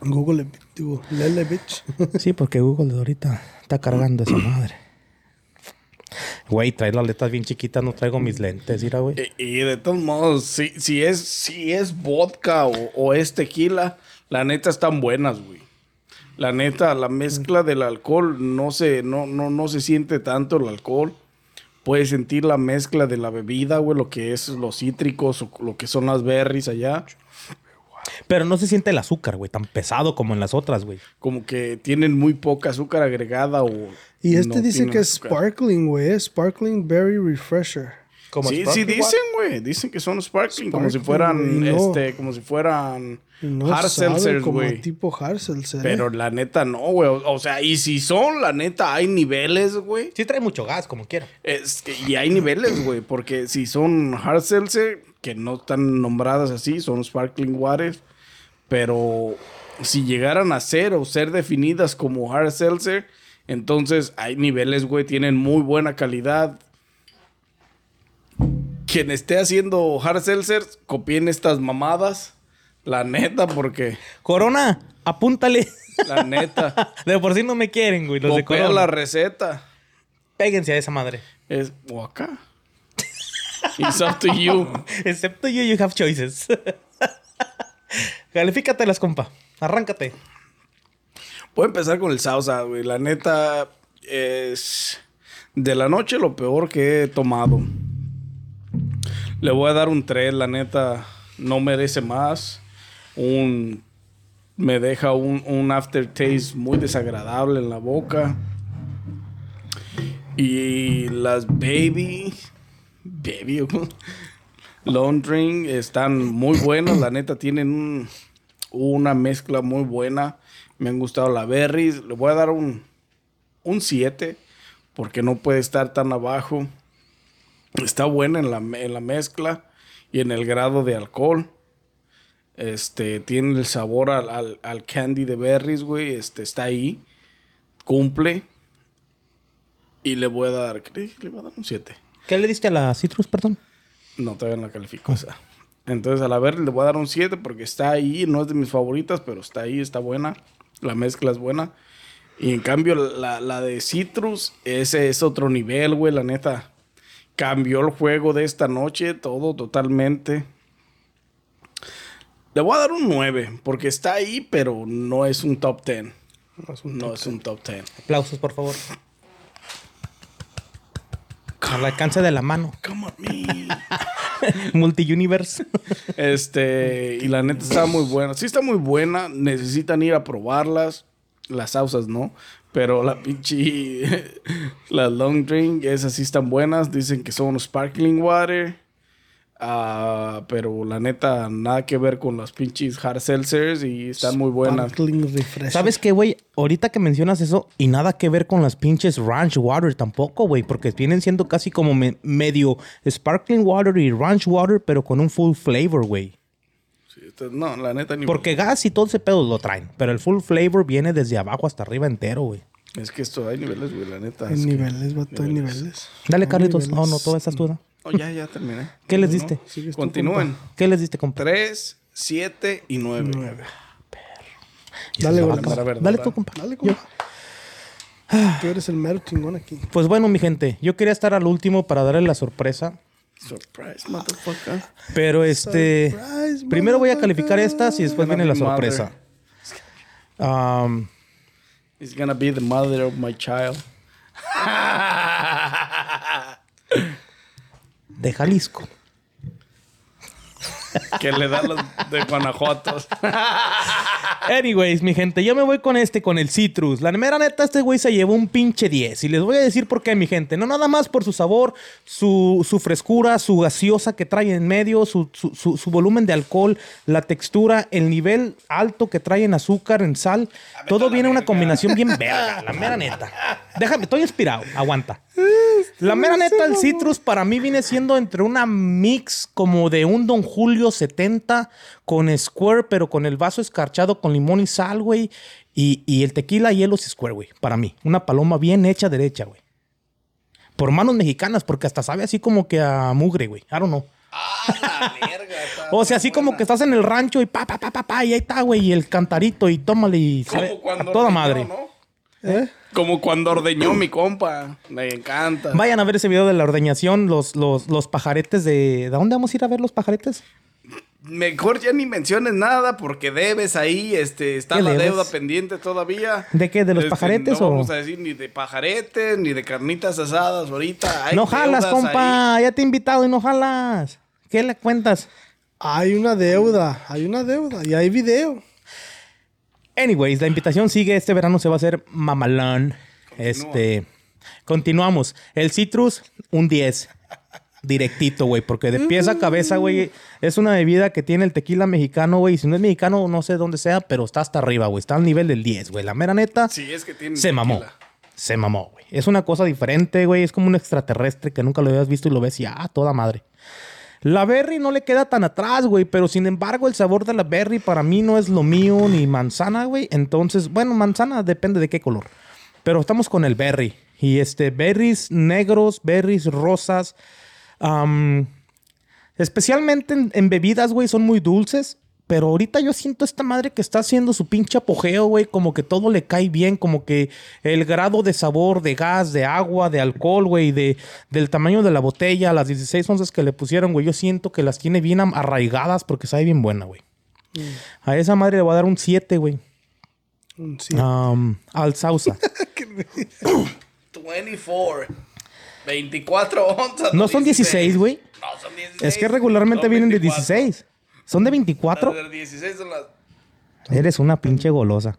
Speaker 3: Google, digo, lele, bitch.
Speaker 2: Sí, porque Google ahorita está cargando esa madre. Güey, trae las letras bien chiquitas, no traigo mis lentes, mira, güey.
Speaker 1: eh, Y, y de todos modos, si, si, es, si es vodka o, o es tequila, la neta están buenas, güey. La neta, la mezcla del alcohol no se, no, no, no se siente tanto el alcohol. Puedes sentir la mezcla de la bebida, güey, lo que es los cítricos o lo que son las berries allá.
Speaker 2: Pero no se siente el azúcar, güey, tan pesado como en las otras, güey.
Speaker 1: Como que tienen muy poca azúcar agregada o...
Speaker 3: Y este
Speaker 1: no
Speaker 3: dice
Speaker 1: tienen
Speaker 3: que es
Speaker 1: azúcar.
Speaker 3: sparkling, güey. es Sparkling Berry Refresher.
Speaker 2: Como
Speaker 1: Sí, sí
Speaker 2: sparkling
Speaker 1: dicen, güey. Dicen que son sparkling, como si
Speaker 3: Sparkling,
Speaker 1: fueran,
Speaker 3: güey, no.
Speaker 1: este, como si fueran
Speaker 3: Y No
Speaker 1: hard
Speaker 3: sabe
Speaker 1: seltzers,
Speaker 3: como
Speaker 1: güey.
Speaker 3: tipo hard seltzer, ¿eh?
Speaker 1: Pero la neta no, güey. O, o sea, y si son, la neta, hay niveles, güey.
Speaker 2: water. Sí trae mucho gas, como quiera.
Speaker 1: Es que- y hay niveles, güey. Porque si son hard seltzer, que no están nombradas así, son sparkling waters. Pero si llegaran a ser o ser definidas como hard seltzer, entonces hay niveles, güey. Tienen muy buena calidad. Quien esté haciendo hard seltzer, copien estas mamadas. La neta, porque...
Speaker 2: Corona, apúntale.
Speaker 1: La neta.
Speaker 2: De por sí no me quieren, güey, los de
Speaker 1: Copia
Speaker 2: Corona.
Speaker 1: la receta.
Speaker 2: Péguense a esa madre.
Speaker 1: Es o acá. It's up to you.
Speaker 2: Excepto you, you have choices. Califícatelas, compa. Arráncate.
Speaker 1: Voy a empezar con el salsa, güey. La neta es de la noche lo peor que he tomado. Le voy a dar un 3, la neta no merece más. Un me deja un, un aftertaste muy desagradable en la boca. Y las baby baby o cómo- Laundering están muy buenas, la neta tienen un- una mezcla muy buena. Me han gustado las berries, le voy a dar un un 7 porque no puede estar tan abajo. Está buena en la, me- en la mezcla y en el grado de alcohol. Este tiene el sabor al, al- al candy de berries, güey, este está ahí. Cumple. Y le voy a dar, ¿qué le dije? Le voy a dar un 7.
Speaker 2: ¿Qué le diste a la citrus, perdón?
Speaker 1: No, todavía no la califico esa. Entonces, a la ver, le voy a dar un 7 porque está ahí. No es de mis favoritas, pero está ahí, está buena. La mezcla es buena. Y en cambio, la, la de Citrus, ese es otro nivel, güey, la neta. Cambió el juego de esta noche, todo totalmente. Le voy a dar un 9, porque está ahí, pero no es un top 10.
Speaker 3: No, es un
Speaker 1: No
Speaker 3: top.
Speaker 1: es un top 10.
Speaker 2: Aplausos, por favor. Al alcance de la mano.
Speaker 1: Come on me.
Speaker 2: Multi-universe.
Speaker 1: Este, y la neta está muy buena. Sí está muy buena, necesitan ir a probarlas. Las sausas no, pero la pinche las long drink esas sí están buenas, dicen que son sparkling water. Ah, pero la neta nada que ver con las pinches hard seltzers y están muy buenas.
Speaker 3: Sparkling refresh.
Speaker 2: ¿Sabes qué, güey? Ahorita que mencionas eso, y nada que ver con las pinches Ranch Water tampoco, güey, porque vienen siendo casi como me- medio Sparkling Water y Ranch Water, pero con un full flavor, güey.
Speaker 1: Sí, estas- No, la neta ni
Speaker 2: Porque gas y todo ese pedo lo traen, pero el full flavor viene desde abajo hasta arriba entero, güey.
Speaker 1: es que esto hay niveles, güey, la neta.
Speaker 3: Hay
Speaker 1: es que-
Speaker 3: niveles, vato, hay niveles.
Speaker 2: Dale,
Speaker 3: Hay
Speaker 2: Carlitos.
Speaker 3: niveles.
Speaker 2: No, no, todas estas dudas.
Speaker 1: Oh, ya, ya terminé.
Speaker 2: ¿Qué les
Speaker 1: No,
Speaker 2: diste?
Speaker 1: no.
Speaker 3: Sigues tú,
Speaker 1: Continúen.
Speaker 2: ¿Qué les diste, compa?
Speaker 1: 3, 7 y 9.
Speaker 3: Dale,
Speaker 2: La
Speaker 3: güey.
Speaker 2: vaca.
Speaker 1: Para ver,
Speaker 2: Dale
Speaker 1: ¿verdad?
Speaker 2: tú, compa.
Speaker 3: Dale,
Speaker 2: Yo-
Speaker 3: compa. Tú eres el mero chingón aquí.
Speaker 2: Pues bueno, mi gente, yo quería estar al último para darle la sorpresa.
Speaker 1: Surprise, motherfucker.
Speaker 2: Pero este.
Speaker 3: Surprise,
Speaker 2: primero voy a
Speaker 3: motherfucker.
Speaker 2: calificar estas y después viene la
Speaker 1: Madre.
Speaker 2: sorpresa. Am,
Speaker 1: It's gonna be the mother of my child.
Speaker 2: de Jalisco.
Speaker 1: Que le da los de Guanajuato.
Speaker 2: Anyways, mi gente, yo me voy con este, con el Citrus. La mera neta, este güey se llevó un pinche 10. Y les voy a decir por qué, mi gente. No nada más por su sabor, su, su frescura, su gaseosa que trae en medio, su, su- su- su volumen de alcohol, la textura, el nivel alto que trae en azúcar, en sal. Todo viene una combinación bien verga, la mera neta. Déjame, estoy inspirado. Aguanta. La mera neta, el citrus para mí viene siendo entre una mix como de un Don Julio 70 con Square, pero con el vaso escarchado con limón y sal, güey. Y, y el tequila, hielos y Square, güey. Para mí, una paloma bien hecha derecha, güey. Por manos mexicanas, porque hasta sabe así como que a mugre, güey. I don't know. O sea, así como que estás en el rancho y pa, pa, pa, pa, pa, y ahí está, güey, y el cantarito y tómale y sabe
Speaker 1: Como cuando
Speaker 2: a toda
Speaker 1: ordeñó,
Speaker 2: madre.
Speaker 1: ¿no?
Speaker 3: ¿Eh?
Speaker 1: Como cuando ordeñó mi compa. Me encanta.
Speaker 2: Vayan a ver ese video de la ordeñación, los, los, los pajaretes de... ¿De dónde vamos a ir a ver los pajaretes?
Speaker 1: Mejor ya ni menciones nada porque debes ahí. Este, está
Speaker 2: ¿Qué
Speaker 1: la
Speaker 2: debes?
Speaker 1: deuda pendiente todavía. Este,
Speaker 2: ¿De qué? ¿De los pajaretes
Speaker 1: no
Speaker 2: o-
Speaker 1: vamos a decir ni de pajaretes, ni de carnitas asadas ahorita. Hay
Speaker 2: no jalas,
Speaker 1: deudas ahí.
Speaker 2: compa. Ya te he invitado y no jalas. ¿Qué le cuentas?
Speaker 3: Hay una deuda, hay una deuda y hay video.
Speaker 2: Anyways, la invitación sigue. Este verano se va a hacer mamalón. Este. Continuamos. El citrus, un 10. Directito, güey. Porque de pies a cabeza, güey. Es una bebida que tiene el tequila mexicano, güey. y Si no es mexicano, no sé dónde sea, pero está hasta arriba, güey. Está al nivel del 10, güey. La mera neta.
Speaker 1: Sí, es que tiene.
Speaker 2: Se mamó.
Speaker 1: tequila.
Speaker 2: Se mamó, güey. Es una cosa diferente, güey. Es como un extraterrestre que nunca lo habías visto y lo ves y ah, toda madre. La berry no le queda tan atrás, güey. Pero sin embargo, el sabor de la berry para mí no es lo mío ni manzana, güey. Entonces, bueno, manzana depende de qué color. Pero estamos con el berry. Y este, berries negros, berries rosas. am, especialmente en, en bebidas, güey, son muy dulces. Pero ahorita yo siento esta madre que está haciendo su pinche apogeo, güey. Como que todo le cae bien. Como que el grado de sabor de gas, de agua, de alcohol, güey. De, del tamaño de la botella, las 16 onzas que le pusieron, güey. Yo siento que las tiene bien am- arraigadas porque sabe bien buena, güey. A esa madre le voy a dar un 7, güey.
Speaker 3: Un sí.
Speaker 2: Ah. Am, al Sausa.
Speaker 1: 24. 24 onzas.
Speaker 2: No son 16, güey.
Speaker 1: No, son 16.
Speaker 2: Es que regularmente
Speaker 1: Son
Speaker 2: vienen de
Speaker 1: 24.
Speaker 2: 16. ¿Son de 24?
Speaker 1: Las de 16 son las...
Speaker 2: Eres una pinche golosa.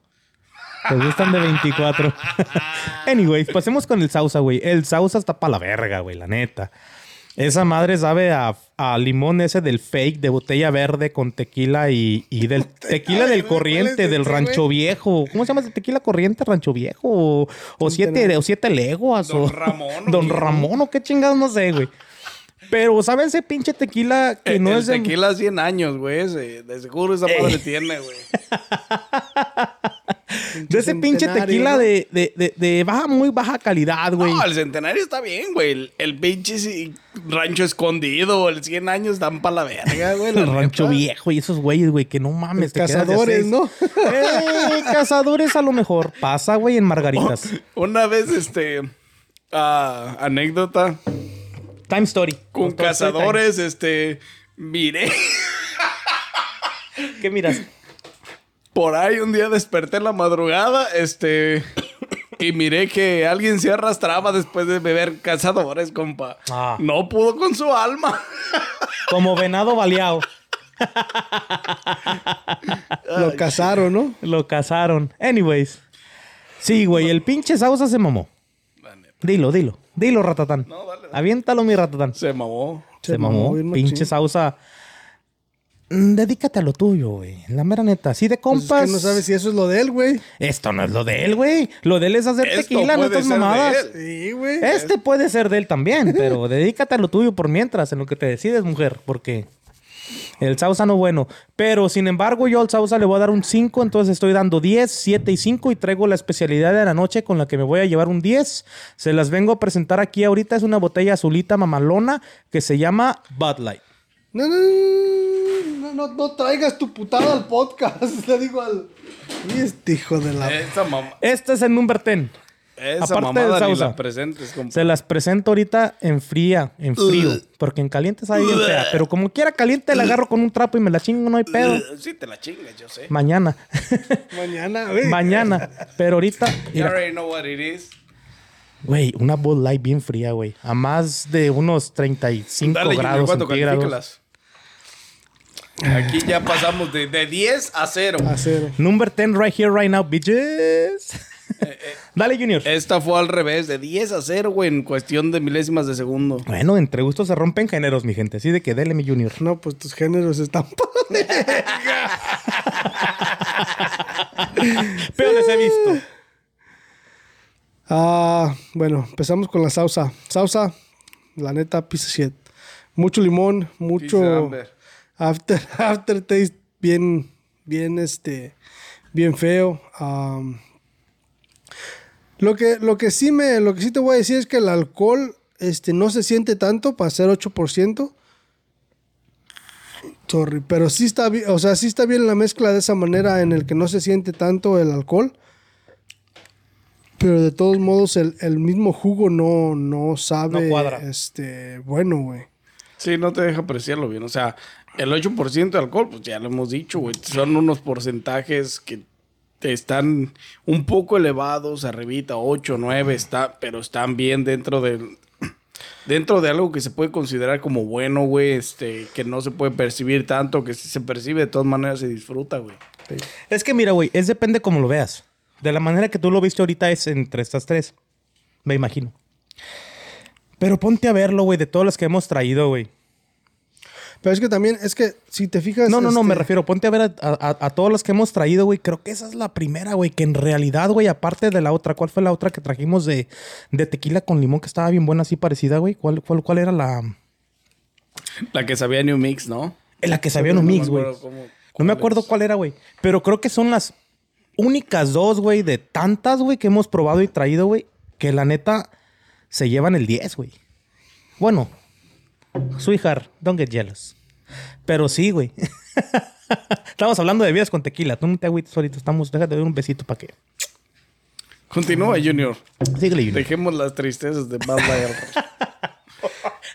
Speaker 2: Te gustan de 24. Anyways, pasemos con el Sausa, güey. El Sausa está para la verga, güey, la neta. Esa madre sabe a, a limón ese del fake de botella verde con tequila y, y del tequila del
Speaker 3: güey, ¿cuál
Speaker 2: corriente,
Speaker 3: es
Speaker 2: del
Speaker 3: ese,
Speaker 2: rancho viejo. ¿Cómo se llama ese tequila corriente, rancho viejo? O, o siete, o siete leguas.
Speaker 1: Don
Speaker 2: o,
Speaker 1: Ramón, o
Speaker 2: Don
Speaker 1: quién, ¿no?
Speaker 2: Ramón, o qué chingados, no sé, güey. Pero, ¿saben ese pinche tequila que
Speaker 1: El-
Speaker 2: no
Speaker 1: Eh, el
Speaker 2: es de...
Speaker 1: tequila 100 años, güey. ese. De seguro esa madre tiene, güey.
Speaker 2: De ese pinche
Speaker 3: centenario,
Speaker 2: tequila
Speaker 3: ¿no?
Speaker 2: de, de, de- de baja, muy baja calidad, güey.
Speaker 1: No, el centenario está bien, güey. El, el pinche sí, rancho escondido, el 100 años dan pa' la verga, güey. la
Speaker 2: el rancho
Speaker 1: neta.
Speaker 2: viejo y esos güeyes, güey, que no mames. te quedas de
Speaker 3: Cazadores,
Speaker 2: seis.
Speaker 3: ¿no?
Speaker 2: Eh, cazadores a lo mejor. Pasa, güey, en margaritas.
Speaker 1: Una vez, este. ah, anécdota.
Speaker 2: Time story.
Speaker 1: Con
Speaker 2: Story time.
Speaker 1: cazadores, este. Miré.
Speaker 2: ¿Qué miras?
Speaker 1: Por ahí un día desperté en la madrugada, este. Y miré que alguien se arrastraba después de beber cazadores, compa.
Speaker 2: Ah.
Speaker 1: No pudo con su alma.
Speaker 2: Como venado baleado.
Speaker 3: Lo cazaron, ¿no?
Speaker 2: Lo cazaron. Anyways. Sí, güey, el pinche Sausa se mamó. Dilo, dilo. Dilo, ratatán.
Speaker 1: No, dale, dale.
Speaker 2: Aviéntalo, mi ratatán.
Speaker 1: Se mamó.
Speaker 2: Se, mamó.
Speaker 3: bien machín.
Speaker 2: Pinche Sausa. Mm, Dedícate a lo tuyo, güey. La mera neta. Así de
Speaker 3: Pues
Speaker 2: compas.
Speaker 3: es que no sabes si eso es lo de él, güey.
Speaker 2: Esto no es lo de él, güey. Lo de él es hacer
Speaker 1: Esto
Speaker 2: tequila, no
Speaker 1: puede
Speaker 2: estas
Speaker 1: ser de
Speaker 2: mamadas.
Speaker 1: él.
Speaker 3: Sí, güey.
Speaker 2: Este puede ser de él también, pero dedícate a lo tuyo por mientras, en lo que te decides, mujer, porque el Sausa no bueno. Pero sin embargo, yo al Sausa le voy a dar un 5, entonces estoy dando 10, 7 y 5 y traigo la especialidad de la noche con la que me voy a llevar un 10. Se las vengo a presentar aquí ahorita, es una botella azulita mamalona que se llama Bud Light.
Speaker 3: No, no, no, no, no, no traigas tu putada al podcast. Le digo al. Y Este hijo de la.
Speaker 1: Esa, mam-
Speaker 2: Este es el número 10.
Speaker 1: esa
Speaker 2: Ah. Aparte del
Speaker 1: mamada ni
Speaker 2: Sausa.
Speaker 1: la presentes, compa.
Speaker 2: Se las presento ahorita en fría, en frío, porque en caliente sabe bien fea, pero como quiera caliente la agarro con un trapo y me la chingo, no hay pedo.
Speaker 1: Eh, Sí, te la chingas, yo sé.
Speaker 2: Mañana.
Speaker 3: Mañana, güey.
Speaker 2: Mañana. Pero ahorita.
Speaker 1: You
Speaker 2: mira,
Speaker 1: already know what it is.
Speaker 2: Güey, una Bud Light bien fría, güey. A más de unos 35
Speaker 1: Dale, Junior,
Speaker 2: grados
Speaker 1: ¿cuánto
Speaker 2: centígrados.
Speaker 1: califícalas? Aquí ya pasamos de, de 10 a 0.
Speaker 2: Ah,
Speaker 3: A cero.
Speaker 2: Number 10 right here, right now,
Speaker 1: Eh,
Speaker 2: bitches. Dale, Junior.
Speaker 1: Esta fue al revés, de 10 a 0, güey, en cuestión de milésimas de segundo.
Speaker 2: Bueno, entre gustos se rompen géneros, mi gente. Así de que dele, mi Junior.
Speaker 3: No, pues tus géneros están.
Speaker 2: Peores he visto.
Speaker 3: Ah, bueno, empezamos con la salsa. Salsa, la neta, piece of shit. Mucho limón,
Speaker 1: Dice
Speaker 3: mucho
Speaker 1: Amber.
Speaker 3: after, aftertaste bien, bien, este, bien feo. Am, lo, que, lo que sí me, lo que sí te voy a decir es que el alcohol, este, no se siente tanto para ser 8%. Sorry, pero sí está bien, o sea, sí está bien la mezcla de esa manera en el que no se siente tanto el alcohol. Pero de todos modos, el, el mismo jugo no, no sabe.
Speaker 2: No cuadra.
Speaker 3: Este, bueno, güey.
Speaker 1: Sí, no te deja apreciarlo bien. O sea, el 8% de alcohol, pues ya lo hemos dicho, güey. Son unos porcentajes que están un poco elevados, arribita, 8, 9, está, pero están bien dentro del... Dentro de algo que se puede considerar como bueno, güey, este, que no se puede percibir tanto, que si se percibe de todas maneras se disfruta, güey.
Speaker 2: Es que mira, güey, es depende cómo lo veas. De la manera que tú lo viste ahorita es entre estas tres. Me imagino. Pero ponte a verlo, güey, de todas las que hemos traído, güey.
Speaker 3: Pero es que también, es que si te fijas.
Speaker 2: No, no, no,
Speaker 3: este,
Speaker 2: me refiero, ponte a ver a, a- a todos los que hemos traído, güey. Creo que esa es la primera, güey, que en realidad, güey, aparte de la otra, ¿cuál fue la otra que trajimos de, de tequila con limón que estaba bien buena, así parecida, güey? ¿Cuál, cuál, cuál era la,
Speaker 1: La que sabía New Mix, ¿no?
Speaker 2: la que sabía en un
Speaker 1: No me
Speaker 2: mix, güey?
Speaker 1: acuerdo cómo-
Speaker 2: No me
Speaker 1: cuál
Speaker 2: acuerdo
Speaker 1: es.
Speaker 2: cuál era, güey. Pero creo que son las únicas dos, güey, de tantas, güey, que hemos probado y traído, güey, que la neta se llevan el 10, güey. Bueno, sweetheart, don't get jealous. Pero sí, güey. Estamos hablando de bebidas con tequila. Tú no te agüites ahorita. Estamos, déjate de un besito para que.
Speaker 1: Continúa, Junior.
Speaker 2: Síguele, Junior.
Speaker 1: Dejemos las tristezas de Bad Light.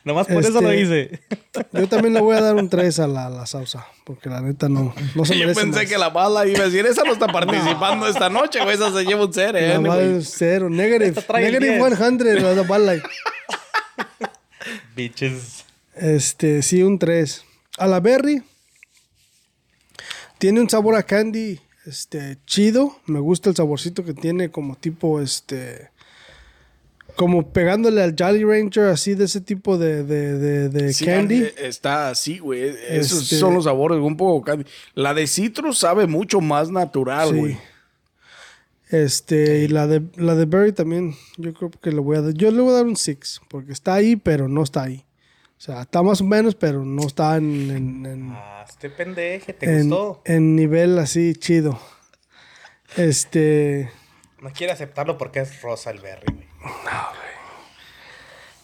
Speaker 2: Nomás por eso
Speaker 3: Este-
Speaker 2: lo hice.
Speaker 3: Yo también le voy a dar un 3 a la, a la salsa. Porque la neta no, no se
Speaker 1: Yo
Speaker 3: merece.
Speaker 1: pensé
Speaker 3: más.
Speaker 1: que la bala iba a decir, esa no está participando esta noche, güey. Esa se lleva un ser, eh.
Speaker 3: La
Speaker 1: güey".
Speaker 3: bala es cero, negative.
Speaker 2: Esta trae el
Speaker 3: Negative
Speaker 2: 10.
Speaker 3: 100, la bala.
Speaker 2: Bitches.
Speaker 3: Este, sí, un 3. A la berry. Tiene un sabor a candy este, chido. Me gusta el saborcito que tiene como tipo, este... Como pegándole al Jolly Ranger, así de ese tipo de, de, de, de
Speaker 1: Sí,
Speaker 3: candy.
Speaker 1: eh, Está así, güey. Esos
Speaker 3: Este-
Speaker 1: son los sabores, un poco candy. La de citrus sabe mucho más natural,
Speaker 3: Sí.
Speaker 1: güey.
Speaker 3: Este, y la de, la de Berry también, yo creo que le voy a dar, yo le voy a dar un 6, porque está ahí, pero no está ahí. O sea, está más o menos, pero no está en, en, en-
Speaker 2: Ah, este pendeje, ¿te
Speaker 3: en- en nivel así chido. Este,
Speaker 2: No quiere aceptarlo porque es rosa el berry, güey.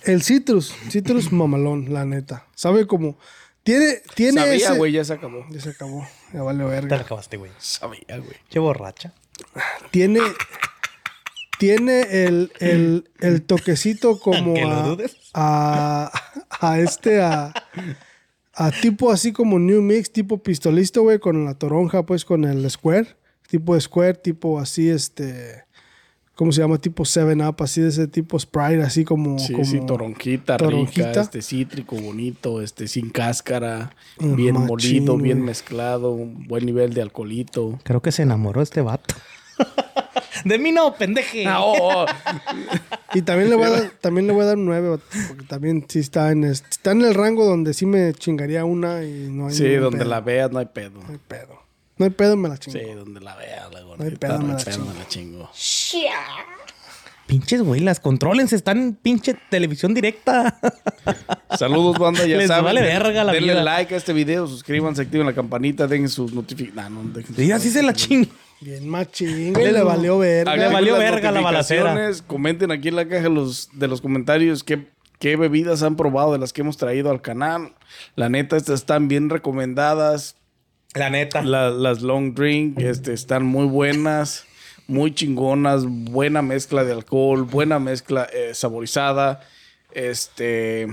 Speaker 3: el citrus, citrus mamalón, la neta. Sabe como, tiene, tiene
Speaker 1: Sabía,
Speaker 3: ese...
Speaker 1: güey, ya se acabó.
Speaker 3: Ya se acabó, ya vale
Speaker 2: Te la
Speaker 3: verga.
Speaker 2: acabaste, güey.
Speaker 1: Sabía, güey.
Speaker 2: Qué borracha.
Speaker 3: Tiene, tiene el, el, el toquecito como
Speaker 2: Aunque lo
Speaker 3: a,
Speaker 2: dudes.
Speaker 3: a, a este, a, a tipo así como New Mix, tipo pistolista, güey, con la toronja, pues con el Square, tipo Square, tipo así, este, ¿cómo se llama? Tipo 7-Up, así de ese tipo Sprite, así como...
Speaker 1: Sí,
Speaker 3: como
Speaker 1: sí, toronjita,
Speaker 3: toronjita.
Speaker 1: rica, este cítrico bonito, este sin cáscara,
Speaker 3: Mm,
Speaker 1: bien
Speaker 3: machín,
Speaker 1: molido, bien
Speaker 3: güey.
Speaker 1: mezclado, un buen nivel de alcoholito.
Speaker 2: Creo que se enamoró este vato. De mí no, pendeje.
Speaker 1: Ah, oh, oh.
Speaker 3: Y también le voy a dar, también le voy a dar un 9, porque también sí está en, este- está en el rango donde sí me chingaría una y no hay
Speaker 1: Sí,
Speaker 3: ningún
Speaker 1: donde
Speaker 3: pedo.
Speaker 1: la veas no hay pedo.
Speaker 3: No hay pedo. No hay pedo, me la chingo.
Speaker 1: Sí, donde la veas, la
Speaker 3: hay
Speaker 1: gordita,
Speaker 3: pedo,
Speaker 1: no
Speaker 3: me
Speaker 1: hay
Speaker 3: la
Speaker 1: pedo,
Speaker 3: chingo.
Speaker 1: me la chingo.
Speaker 2: Pinches güey, las controlense, están en pinche televisión directa.
Speaker 1: Saludos, banda, ya
Speaker 2: Les
Speaker 1: saben.
Speaker 2: vale verga la
Speaker 1: Denle
Speaker 2: vida.
Speaker 1: like a este video, suscríbanse, activen la campanita, den sus notificaciones. no, dejen sus
Speaker 2: Y así se la ching.
Speaker 3: Bien machín, güey, le valió ver.
Speaker 1: Activen
Speaker 2: valió
Speaker 1: las
Speaker 2: verga la balacera.
Speaker 1: notificaciones, Comenten aquí en la caja los, de los comentarios qué, qué bebidas han probado de las que hemos traído al canal. La neta, estas están bien recomendadas.
Speaker 2: La neta.
Speaker 1: La- las long drink este, están muy buenas, muy chingonas, buena mezcla de alcohol, buena mezcla eh, saborizada. Este,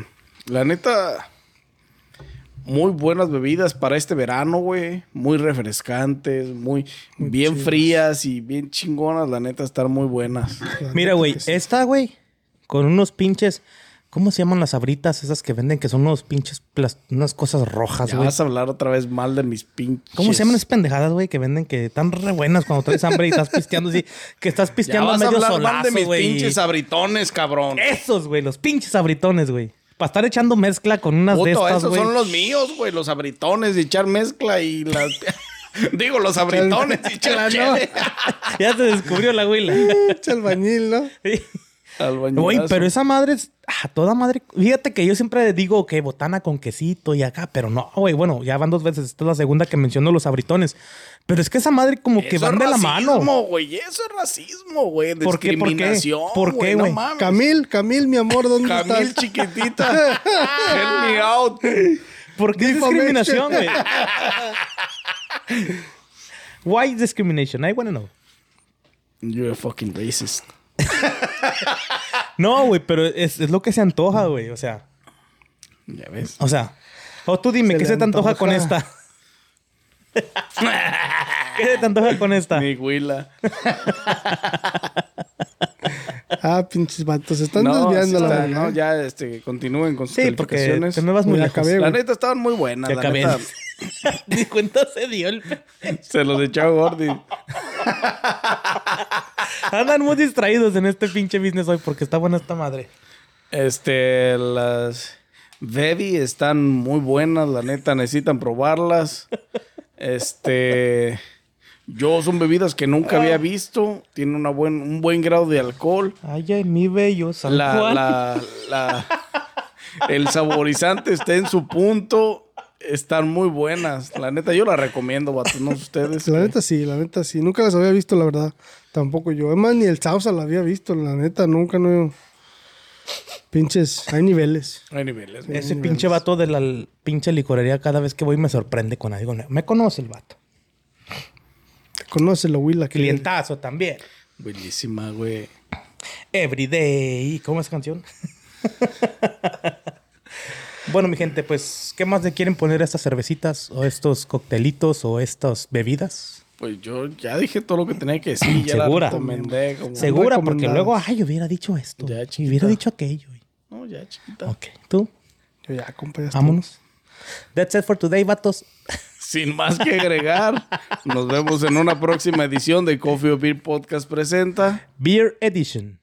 Speaker 1: la neta, muy buenas bebidas para este verano, güey. Muy refrescantes, muy, bien frías y bien chingonas. La neta, están muy buenas.
Speaker 2: Mira, güey, esta, güey, con unos pinches. ¿Cómo se llaman las abritas esas que venden? Que son unos pinches. plas- unas cosas rojas,
Speaker 1: Ya
Speaker 2: güey.
Speaker 1: vas a hablar otra vez mal de mis pinches.
Speaker 2: ¿Cómo se llaman esas pendejadas, güey, que venden que están re buenas cuando traes hambre y estás pisteando así? Que estás
Speaker 1: Ya
Speaker 2: pisteando a
Speaker 1: vas a
Speaker 2: medio
Speaker 1: hablar mal de
Speaker 2: solazo,
Speaker 1: mis
Speaker 2: güey.
Speaker 1: pinches abritones, cabrón.
Speaker 2: Esos, güey, los pinches abritones, güey. Para estar echando mezcla con unas de
Speaker 1: Puto,
Speaker 2: estas,
Speaker 1: esos
Speaker 2: güey.
Speaker 1: son los míos, güey. Los abritones y echar mezcla y las... Digo, los abritones y echar
Speaker 3: Claro.
Speaker 1: cheve.
Speaker 2: Ya se descubrió la güila.
Speaker 3: Echa albañil, ¿no?
Speaker 2: Sí.
Speaker 1: Albañilazo.
Speaker 2: Güey, pero esa madre es. A toda madre. Fíjate que yo siempre digo que botana con quesito y acá, pero no, güey. Bueno, ya van dos veces. Esta es la segunda que menciono los abritones. Pero es que esa madre como que
Speaker 1: Eso
Speaker 2: van
Speaker 1: es
Speaker 2: de la mano.
Speaker 1: racismo, güey. Eso es racismo, güey.
Speaker 2: ¿Por qué? ¿Por qué?
Speaker 1: Discriminación,
Speaker 2: ¿Por qué,
Speaker 1: No
Speaker 2: güey?
Speaker 1: mames.
Speaker 3: Camil, Camil, mi amor, ¿dónde
Speaker 1: Camil,
Speaker 3: estás?
Speaker 1: chiquitita. Help me out.
Speaker 2: ¿Por qué
Speaker 3: Difamation.
Speaker 2: discriminación, güey? Why discrimination? I wanna know.
Speaker 1: You're a fucking racist.
Speaker 2: No, güey, pero es, es lo que se antoja, güey. O sea,
Speaker 1: Ya ves.
Speaker 2: o sea. O tú dime,
Speaker 3: Se
Speaker 2: ¿qué
Speaker 3: le
Speaker 2: se te antoja con
Speaker 3: antoja.
Speaker 2: esta? ¿Qué se te antoja con esta?
Speaker 1: Mi huila.
Speaker 3: Ah, pinches vatos, se están desviando
Speaker 1: sí
Speaker 3: la
Speaker 1: está-
Speaker 3: verdad.
Speaker 1: No, ya este, continúen con sus
Speaker 2: ¿eh? Sí, porque
Speaker 1: calificaciones.
Speaker 2: te me vas muy
Speaker 3: Ya
Speaker 2: lejos.
Speaker 3: acabé,
Speaker 1: La
Speaker 3: güey.
Speaker 1: neta, estaban muy buenas.
Speaker 2: Ya
Speaker 1: la
Speaker 2: acabé.
Speaker 1: neta.
Speaker 2: Ni cuenta se dio el... pe-
Speaker 1: se los echó a Gordy.
Speaker 2: Andan muy distraídos en este pinche business hoy porque está buena esta madre.
Speaker 1: Este, las Baby están muy buenas, la neta, necesitan probarlas. Este, yo son bebidas que nunca había visto, tienen una buen, un buen grado de alcohol.
Speaker 2: Ay, ay, mi bello San
Speaker 1: La,
Speaker 2: Juan.
Speaker 1: la, la, el saborizante está en su punto. Están muy buenas. La neta, yo la recomiendo, vatos, no ustedes.
Speaker 3: ¿eh? La neta sí, la neta sí. Nunca las había visto, la verdad. Tampoco yo. Es más, ni el Sausa la había visto, la neta. Nunca no. Pinches, hay niveles.
Speaker 1: Hay niveles.
Speaker 2: Ese pinche vato de la l- pinche licorería cada vez que voy me sorprende con algo. nuevo. Me conoce el vato.
Speaker 3: Conoce la Willa. que-
Speaker 2: Clientazo también.
Speaker 1: Buenísima, güey.
Speaker 2: Everyday. ¿Cómo es esa canción? bueno, mi gente, pues, ¿qué más le quieren poner a estas cervecitas o estos coctelitos o estas bebidas?
Speaker 1: Pues yo ya dije todo lo que tenía que decir. Ya
Speaker 2: Segura.
Speaker 1: La recomendé, como-
Speaker 2: Segura, porque
Speaker 3: recomendadas.
Speaker 2: luego, ay, hubiera dicho esto.
Speaker 1: Ya,
Speaker 2: y hubiera
Speaker 1: chiquita.
Speaker 2: dicho aquello.
Speaker 1: No, ya, chiquita.
Speaker 2: Ok, tú,
Speaker 3: Yo ya, compa, ya está.
Speaker 2: vámonos. That's it for today, vatos.
Speaker 1: Sin más que agregar, nos vemos en una próxima edición de Coffee or Beer Podcast presenta.
Speaker 2: Beer Edition.